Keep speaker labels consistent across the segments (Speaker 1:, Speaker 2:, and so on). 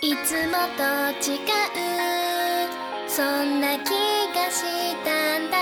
Speaker 1: いつもと違うそんな気がしたんだ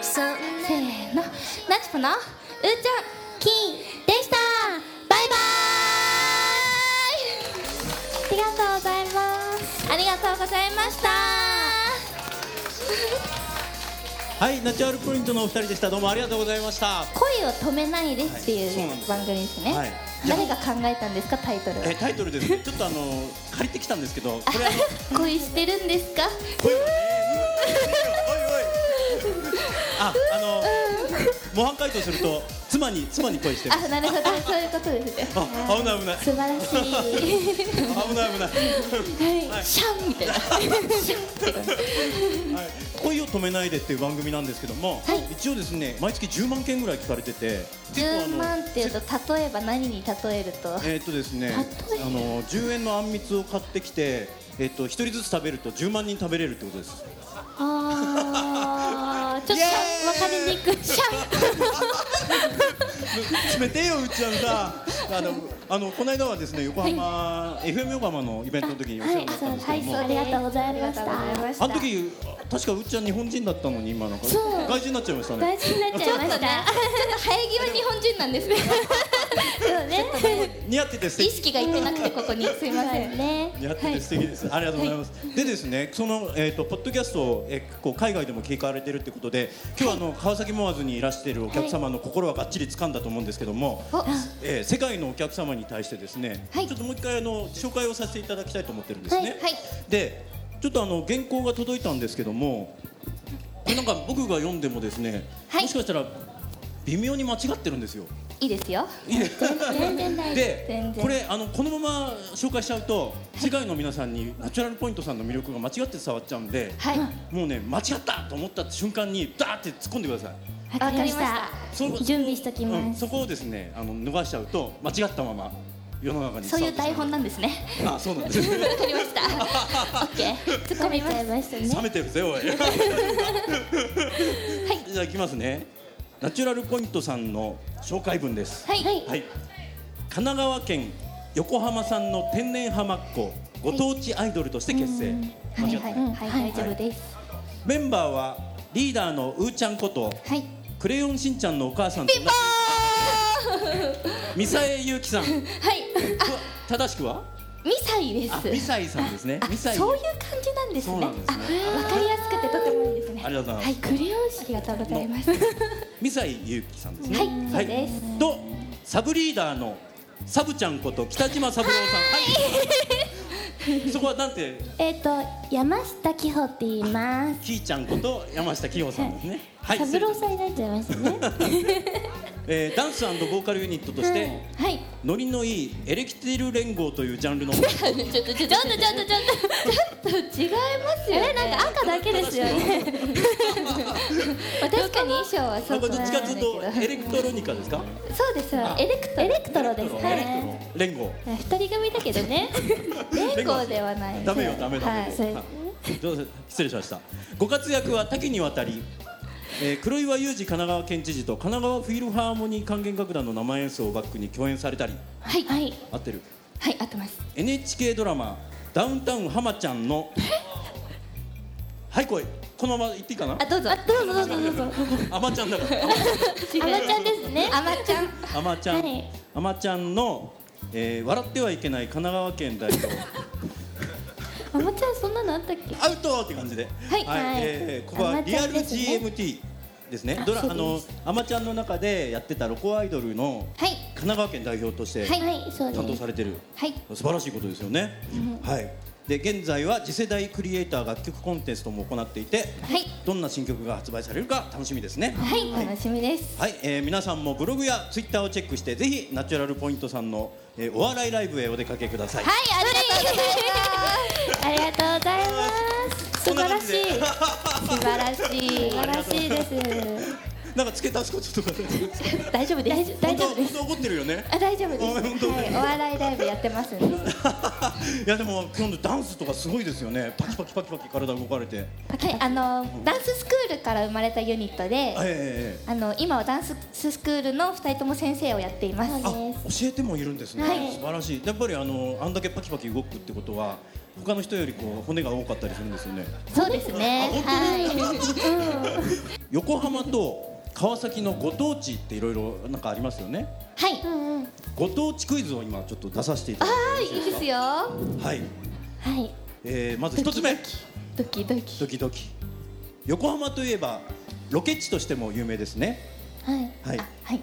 Speaker 1: そんな
Speaker 2: せーの、ナチポのうーちゃん、キーでしたバイバーイありがとうございますありがとうございました
Speaker 3: はい、ナチュラルプリントのお二人でした。どうもありがとうございました。
Speaker 2: 恋を止めないでってい
Speaker 3: はいそうなんで
Speaker 2: う
Speaker 3: す
Speaker 2: 番組ですね、
Speaker 3: はい
Speaker 2: 誰が考えたんですかタイトルは
Speaker 3: え、タイトル ですね。ちょっとあの借りてきたんですけど、これあの
Speaker 2: 恋してるんですか
Speaker 3: こういうのねおいおいあ、あの模範解答すると妻に妻に恋してる。
Speaker 2: あ、なるほど、そういうことですね
Speaker 3: あ、危ない危ない
Speaker 2: 素晴らしい
Speaker 3: 危ない危ない。
Speaker 2: はいシャンみたいなシャンって感じ
Speaker 3: はい恋を止めないでっていう番組なんですけども、
Speaker 2: はい
Speaker 3: 一応ですね、毎月10万件ぐらい聞かれてて、
Speaker 2: 10万っていう
Speaker 3: せ
Speaker 2: と例えば何に例えると
Speaker 3: えーっとですね、
Speaker 2: 例えば
Speaker 3: あの10円のあんみつを買ってきて、えーっと一人ずつ食べると10万人食べれるってことです。
Speaker 2: あーちょっ
Speaker 3: イ
Speaker 2: と
Speaker 3: エ
Speaker 2: わ
Speaker 3: ー
Speaker 2: か
Speaker 3: イ
Speaker 2: りにくいシャン
Speaker 3: 冷てえようっちゃんさあのあのこの間はですね横浜、FM 横浜のイベントの時にお世話になったんですけども、
Speaker 2: はいそうですありがとうございました
Speaker 4: ありがとうございました
Speaker 3: あの時確かうっちゃん日本人だったのに今なんか
Speaker 2: そう
Speaker 3: 外人になっちゃいました
Speaker 4: 大
Speaker 3: ね
Speaker 4: 事になっちゃいました。
Speaker 2: 生え際日本人なんですね
Speaker 4: そうね。
Speaker 3: 似合ってて素
Speaker 2: 意
Speaker 3: 敵
Speaker 2: 識がいってなくてここにすいませんね
Speaker 3: 似合ってて素敵です、ありがとうございます、でですねその、えー、とポッドキャストを、えー結構海外でも聞かれてるってことで今日はあの、川崎モアズにいらしているお客様の心はがっちり掴んだと思うんですけども、
Speaker 2: お
Speaker 3: えー世界のお客様に対してですね、
Speaker 2: はい
Speaker 3: ちょっともう一回あの紹介をさせていただきたいと思ってるんですね。
Speaker 2: はいはい
Speaker 3: でちょっとあの原稿が届いたんですけどもこれなんか僕が読んでもですね、
Speaker 2: はい
Speaker 3: もしかしたら微妙に間違ってるんですよ。
Speaker 2: いいですよ
Speaker 4: 全然大事。
Speaker 3: で
Speaker 2: 全然
Speaker 3: これあのこのまま紹介しちゃうと、世界の皆さんにナチュラルポイントさんの魅力が間違って伝わっちゃうんで、
Speaker 2: はいわ
Speaker 3: もうね間違ったと思った瞬間にダーって突っ込んでください。
Speaker 2: かりました
Speaker 3: その
Speaker 4: 準備しとき
Speaker 3: うん、
Speaker 4: ます。
Speaker 3: そこをですねあの逃しちゃうと間違ったまま世の中に
Speaker 2: そういう台本
Speaker 3: な
Speaker 2: なんですね
Speaker 3: あそうなんです
Speaker 2: わかりま したオッケー
Speaker 4: 突っ込みちゃいましたね。
Speaker 3: 冷めてるぜおいはい じゃあいきますねナチュラルポイントさんの紹介文です
Speaker 2: はいはい
Speaker 3: はい神奈川県横浜産の天然浜っ子ご当地アイドルとして結成、
Speaker 2: は
Speaker 3: 間違
Speaker 2: い
Speaker 3: ってない
Speaker 2: はい大丈夫です
Speaker 3: メンバーはリーダーのうーちゃんこと
Speaker 2: はい
Speaker 3: クレヨンしんちゃんのお母さんと
Speaker 2: ピンポ
Speaker 3: ミサエゆうきさん
Speaker 2: ーンはい
Speaker 3: 正しくは
Speaker 2: ミサイです
Speaker 3: あミサイさんですね
Speaker 2: あ
Speaker 3: ミサイ
Speaker 2: そういう感じなんです
Speaker 3: そう
Speaker 2: ね
Speaker 3: なんですね
Speaker 2: あわかりやすくてとてもいいですね
Speaker 3: ありがとうございます
Speaker 2: はいクレヨンしありがとうございますは
Speaker 3: ミサイゆうきさんですね。
Speaker 2: いそうです
Speaker 3: とサブリーダーのサブちゃんこと北島三郎さん。はい。そこはなんて
Speaker 4: えっと山下紀穂って言います。
Speaker 3: キーちゃんこと山下清さんですね。はい。
Speaker 4: 三郎さんになっちゃいましたね。
Speaker 3: えーダンスボーカルユニットとして、
Speaker 2: はい
Speaker 3: ノリのいいエレキテル連合というジャンルの
Speaker 2: ちょっとちょっとちょっとちょっとちょっとちょっと違いますよね
Speaker 4: えなんか赤だけですよね。
Speaker 2: 確かに衣装は
Speaker 3: な
Speaker 2: そ
Speaker 3: んか
Speaker 2: こ
Speaker 3: ど
Speaker 2: な
Speaker 3: っ
Speaker 2: ん
Speaker 3: ち
Speaker 2: だ
Speaker 3: か
Speaker 2: け
Speaker 3: という
Speaker 2: ど
Speaker 3: とエレクトロニカですか？
Speaker 2: そうですよ
Speaker 3: あ
Speaker 2: エレクト
Speaker 4: エレクトロです
Speaker 3: エレ
Speaker 4: ね。
Speaker 3: クトロ連合。
Speaker 2: 二人組だけどね連合ではない
Speaker 3: ダメよダメダメ。
Speaker 2: はい
Speaker 3: は
Speaker 2: そう
Speaker 3: いどうぞ失礼しました。ご活躍は多岐にわたり、えー黒岩雄二神奈川県知事と神奈川フィルハーモニー管弦楽団の生演奏をバックに共演されたり、
Speaker 2: はいはい
Speaker 3: 合ってる。
Speaker 2: はい合ってます
Speaker 3: NHK ドラマダウンタウン浜ちゃんのはい来いこのまま言っていいかな
Speaker 2: あ。どうぞあどうぞどうぞどうぞ
Speaker 3: 浜ちゃんだから。
Speaker 4: あまちゃんですね。
Speaker 2: あまちゃん
Speaker 3: 浜ちゃん
Speaker 4: はい、
Speaker 3: 浜ちゃんの、えー笑ってはいけない神奈川県代表。
Speaker 4: あまちゃんそんなのあったっけ？
Speaker 3: アウトって感じで。
Speaker 2: はい
Speaker 4: はい
Speaker 3: えーここは
Speaker 4: アマチ
Speaker 3: リ
Speaker 4: ュ
Speaker 3: ア
Speaker 4: ア
Speaker 3: ル
Speaker 4: ですね
Speaker 3: GMT ですね。ドラあのアマちゃんの中でやってたロコアイドルの
Speaker 2: はい
Speaker 3: 神奈川県代表として
Speaker 2: はい
Speaker 4: はい、そう
Speaker 3: 担当
Speaker 4: です。
Speaker 3: されてる。
Speaker 2: はい
Speaker 3: 素晴らしいことですよね。はい。で現在は次世代クリエイター楽曲コンテストも行っていて、
Speaker 2: はい
Speaker 3: どんな新曲が発売されるか楽しみですね。
Speaker 2: はい楽しみです
Speaker 3: はい、えー皆さんもブログやツイッターをチェックしてぜひナチュラルポイントさんの、えーお笑いライブへお出かけください。
Speaker 2: はい、ありがとうございます。
Speaker 4: ありがとうございます。素晴らしい。
Speaker 2: 素晴らしい。
Speaker 4: 素晴らしいです。
Speaker 3: なんか付け足すこととかないですか。
Speaker 2: 大丈夫です
Speaker 4: 大
Speaker 2: 大丈夫
Speaker 3: 本当
Speaker 4: 丈夫
Speaker 2: で
Speaker 3: 本
Speaker 2: す
Speaker 3: 当怒ってるよね。
Speaker 2: あ大丈夫です、
Speaker 3: あ本当
Speaker 2: はい、お笑いライブやってますんで
Speaker 3: いやでも今度ダンスとかすごいですよね。パキパキパキパキ体動かれて。
Speaker 2: はい、あのダンススクールから生まれたユニットで、
Speaker 3: ええ
Speaker 2: あの今はダンススクールの二人とも先生をやっています。
Speaker 3: あ教えてもいるんですね、
Speaker 2: はい
Speaker 3: 素晴らしいやっぱりあのあんだけパキパキ動くってことは他の人よりこう骨が多かったりするんですよね
Speaker 2: そうですね。はい。
Speaker 3: 横浜と川崎のご当地っていろいろなんかありますよね
Speaker 2: はい。
Speaker 4: うんうんは
Speaker 3: ご当地クイズを今ちょっと出させていただいて
Speaker 2: いいですよ。
Speaker 3: はい、
Speaker 4: い
Speaker 3: えー、まず一つ目
Speaker 4: ドキドキ
Speaker 3: ドキドキ横浜といえばロケ地としても有名ですね
Speaker 4: はい
Speaker 3: はい
Speaker 2: あはい。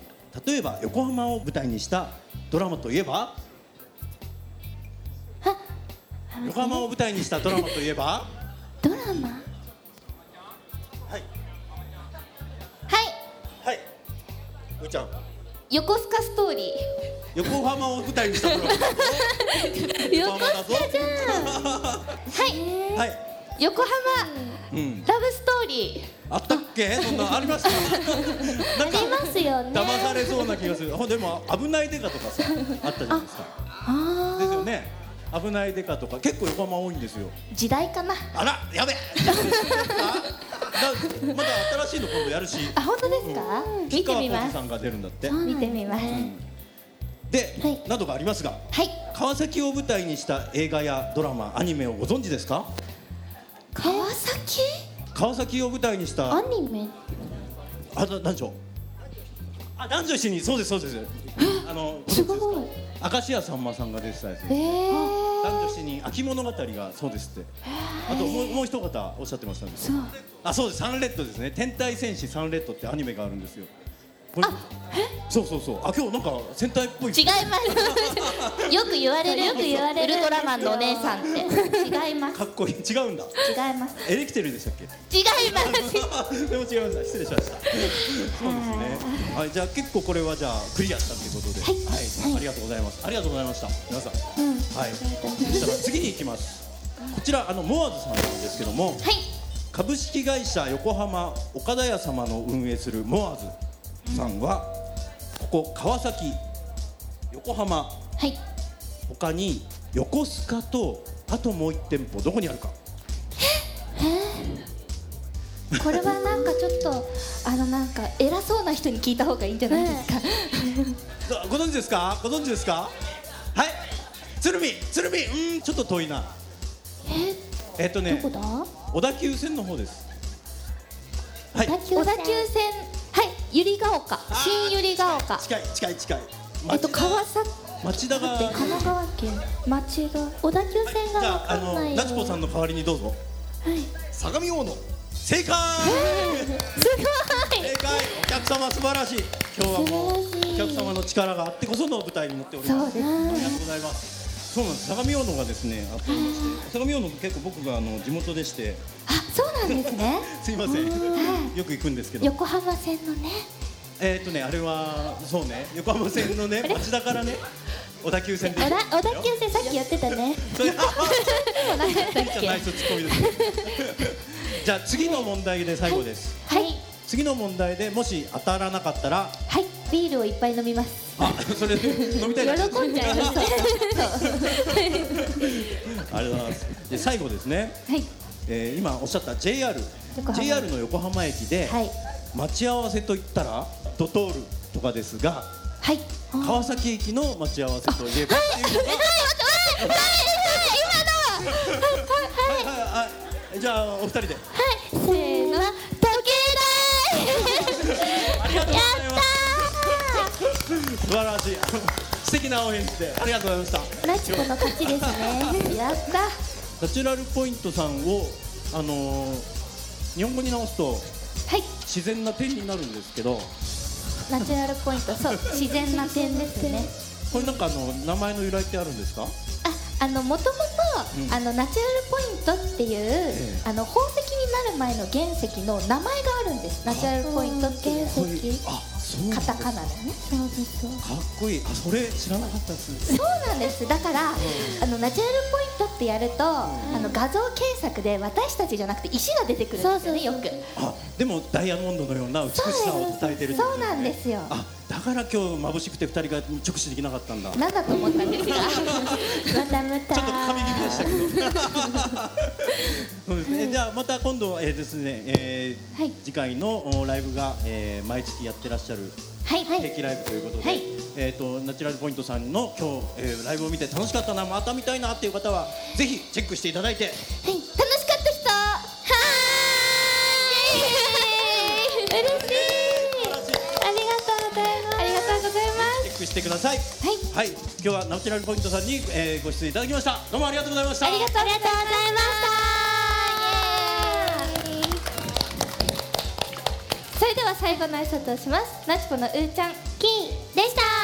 Speaker 3: 例えば横浜を舞台にしたドラマといえば横浜を舞台にしたドラマといえば
Speaker 4: ドラマ
Speaker 3: はい
Speaker 2: はい。
Speaker 3: はい。うーちゃん。
Speaker 2: 横須賀ストーリ
Speaker 3: 横浜を舞台にしたドラマ。
Speaker 2: ー。横
Speaker 3: 浜だぞ。
Speaker 2: はい。
Speaker 3: はい。
Speaker 2: 横浜
Speaker 3: うん。
Speaker 2: ラブストーリ
Speaker 3: あったっけ？そんなありました。 なんか
Speaker 4: ありますよね
Speaker 3: 騙されそうな気がする。ほんでも危ないデカとかさあったじゃないですか。
Speaker 4: あ
Speaker 3: ですよね。危ないデカとか結構横浜多いんですよ。
Speaker 2: ー。時代かな。
Speaker 3: あらやべ。 あなまだ新しいの今度やるし。
Speaker 2: あ本当ですか？見
Speaker 3: 吉
Speaker 2: て
Speaker 3: 川
Speaker 2: み
Speaker 3: 晃
Speaker 2: ま
Speaker 3: 司
Speaker 2: す
Speaker 3: さ。んが出るんだって。
Speaker 2: 見てみます。
Speaker 3: で、
Speaker 4: はい
Speaker 3: などがありますが。
Speaker 2: はい。
Speaker 3: 川崎を舞台にした映画やドラマ、アニメをご存知ですか？
Speaker 2: 川崎？
Speaker 3: 川崎を舞台にした
Speaker 4: アニメ
Speaker 3: あ、だ男女。あ、男女一緒に、そうです、そうです。あの、
Speaker 4: すごい
Speaker 3: 明石家さんまさんが出てたやつ。
Speaker 4: えー
Speaker 3: 男女七人、秋物語がそうですって。あと、もう、もう一方おっしゃってましたね。
Speaker 4: そう
Speaker 3: あ、そうです、サンレッドですね。天体戦士サンレッドってアニメがあるんですよ。これそうそうそう、あ、今日なんか戦隊っぽい。
Speaker 2: 違います。よく言われる。
Speaker 4: よく言われる
Speaker 2: ウルトラマンのお姉さんって。違います。
Speaker 3: かっこいい、違うんだ。
Speaker 2: 違います。
Speaker 3: エレキテルでしたっけ。
Speaker 2: 違います。
Speaker 3: でも違いました。失礼しました。そうですね。はい、じゃあ結構これはじゃあクリアしたということで、はい、ありがとうございます。ありがとうございました。皆さん。はい。そしたら次に行きます。こちらあのモアーズさんなんですけども、
Speaker 2: はい。
Speaker 3: 株式会社横浜岡田屋様の運営するモアーズさんは、ここ川崎、横浜、
Speaker 2: はい。
Speaker 3: 他に横須賀とあともう一店舗どこにあるか。
Speaker 2: これはなんかちょっとあのなんか偉そうな人に聞いた方がいいんじゃないですか。
Speaker 3: どご存知ですかご存知ですかはい鶴見鶴見うーんちょっと遠いなえっと
Speaker 4: ど
Speaker 3: ね
Speaker 4: こだ
Speaker 3: 小田急線の方ですはい
Speaker 2: 小田急線はい百合ヶ丘
Speaker 3: あー
Speaker 2: 新百合ヶ丘
Speaker 3: 近い近い近い
Speaker 2: えっと川崎
Speaker 3: 町田が
Speaker 4: 神奈川県町が
Speaker 2: 小田急
Speaker 3: じ
Speaker 2: 線
Speaker 3: ゃ
Speaker 2: がわ
Speaker 3: ああ
Speaker 4: かんないよ
Speaker 3: のなちぽさんの代わりにどうぞ
Speaker 4: はい
Speaker 3: 相模大野正解
Speaker 2: すごい
Speaker 3: 正解お客様素晴らしい今日はもう
Speaker 4: 素晴らしい
Speaker 3: お客様の力があってこその舞台になっております
Speaker 4: そう
Speaker 3: あ
Speaker 4: で
Speaker 3: り
Speaker 4: す
Speaker 3: がとうございますそうなんです相模大野がですねあっておりまして相模大野結構僕があの地元でして
Speaker 4: あそうなんですね
Speaker 3: すいません。 よく行くんですけど。
Speaker 4: 横浜線のね
Speaker 3: えーっとね、あれは、そうね、横浜線のね、町田からね。小田急線で。
Speaker 4: 小田小田急線さっきやってたね
Speaker 3: それいい
Speaker 4: もうなかったっ
Speaker 3: じ
Speaker 4: け
Speaker 3: ゃない、そうツッコミですね。じゃあ、次の問題で最後です。
Speaker 4: はい
Speaker 3: 次の問題でもし当たらなかったら、
Speaker 4: はいビールをいっぱい飲みます
Speaker 3: あ、 それ飲みたいな。ありがとう
Speaker 4: 喜んじゃいます
Speaker 3: ございます。で、最後ですね。
Speaker 4: はい
Speaker 3: えー今おっしゃった JR
Speaker 4: 横浜
Speaker 3: JR の横浜駅で
Speaker 4: はい
Speaker 3: 待ち合わせといったらドトールとかですが
Speaker 4: はい
Speaker 3: 川崎駅の待ち合わせといえばっていうのがはいはいはいじゃあお二人で
Speaker 4: せーの時計台
Speaker 3: ありがとうございます素晴らしい素敵なお返事でありがとうございました
Speaker 4: ナチコの勝ちですねやった
Speaker 3: ナチュラルポイントさんをあのー日本語に直すと
Speaker 2: はい
Speaker 3: 自然な点になるんですけど
Speaker 2: ナチュラルポイントそう自然な点ですね
Speaker 3: これなんかあの名前の由来ってあるんですか
Speaker 2: ああのもとも
Speaker 3: うん
Speaker 2: とあのナチュラルポイントっていう、
Speaker 3: え
Speaker 2: あの宝石になる前の原石の名前があるんですナチュラルポイントっていう
Speaker 3: こういうあそうなん
Speaker 2: カ
Speaker 3: です
Speaker 2: タカナでね
Speaker 4: そうです
Speaker 3: かっこいいあそれ知らなかったです
Speaker 2: そうなんですだから、あのナチュラルポイントっってやると、あの画像検索で私たちじゃなくて石が出てくるんですよねよく
Speaker 3: あでもダイヤモンドのような美しさを伝えてるってこと
Speaker 2: そうなんですよ
Speaker 3: あだから今日眩しくて二人が直視できなかった んだちょっ
Speaker 2: 何だと思ったんですか
Speaker 4: またまた
Speaker 3: と髪切りでしたけどそうですねじゃあまた今度えーですね、えー
Speaker 4: はい
Speaker 3: 次回のおライブが、えー毎月やってらっしゃる
Speaker 4: はいは
Speaker 3: 定
Speaker 4: い
Speaker 3: 期ライブということで、
Speaker 4: はい
Speaker 3: えっ、とナチュラルポイントさんの今日、えーライブを見て楽しかったなまた見たいなっていう方はぜひチェックしていただいて
Speaker 4: 楽しかった人はーい嬉しい
Speaker 3: 素晴らしい
Speaker 4: ありがとうございますありがとうございます
Speaker 3: チェックしてください
Speaker 4: はい
Speaker 3: はい今日はナチュラルポイントさんに、えーご出演いただきましたどうもありがとうございました
Speaker 4: ありがとうございましたイエーイ
Speaker 2: それでは最後の挨拶をしますナチコのうーちゃん
Speaker 4: キーでした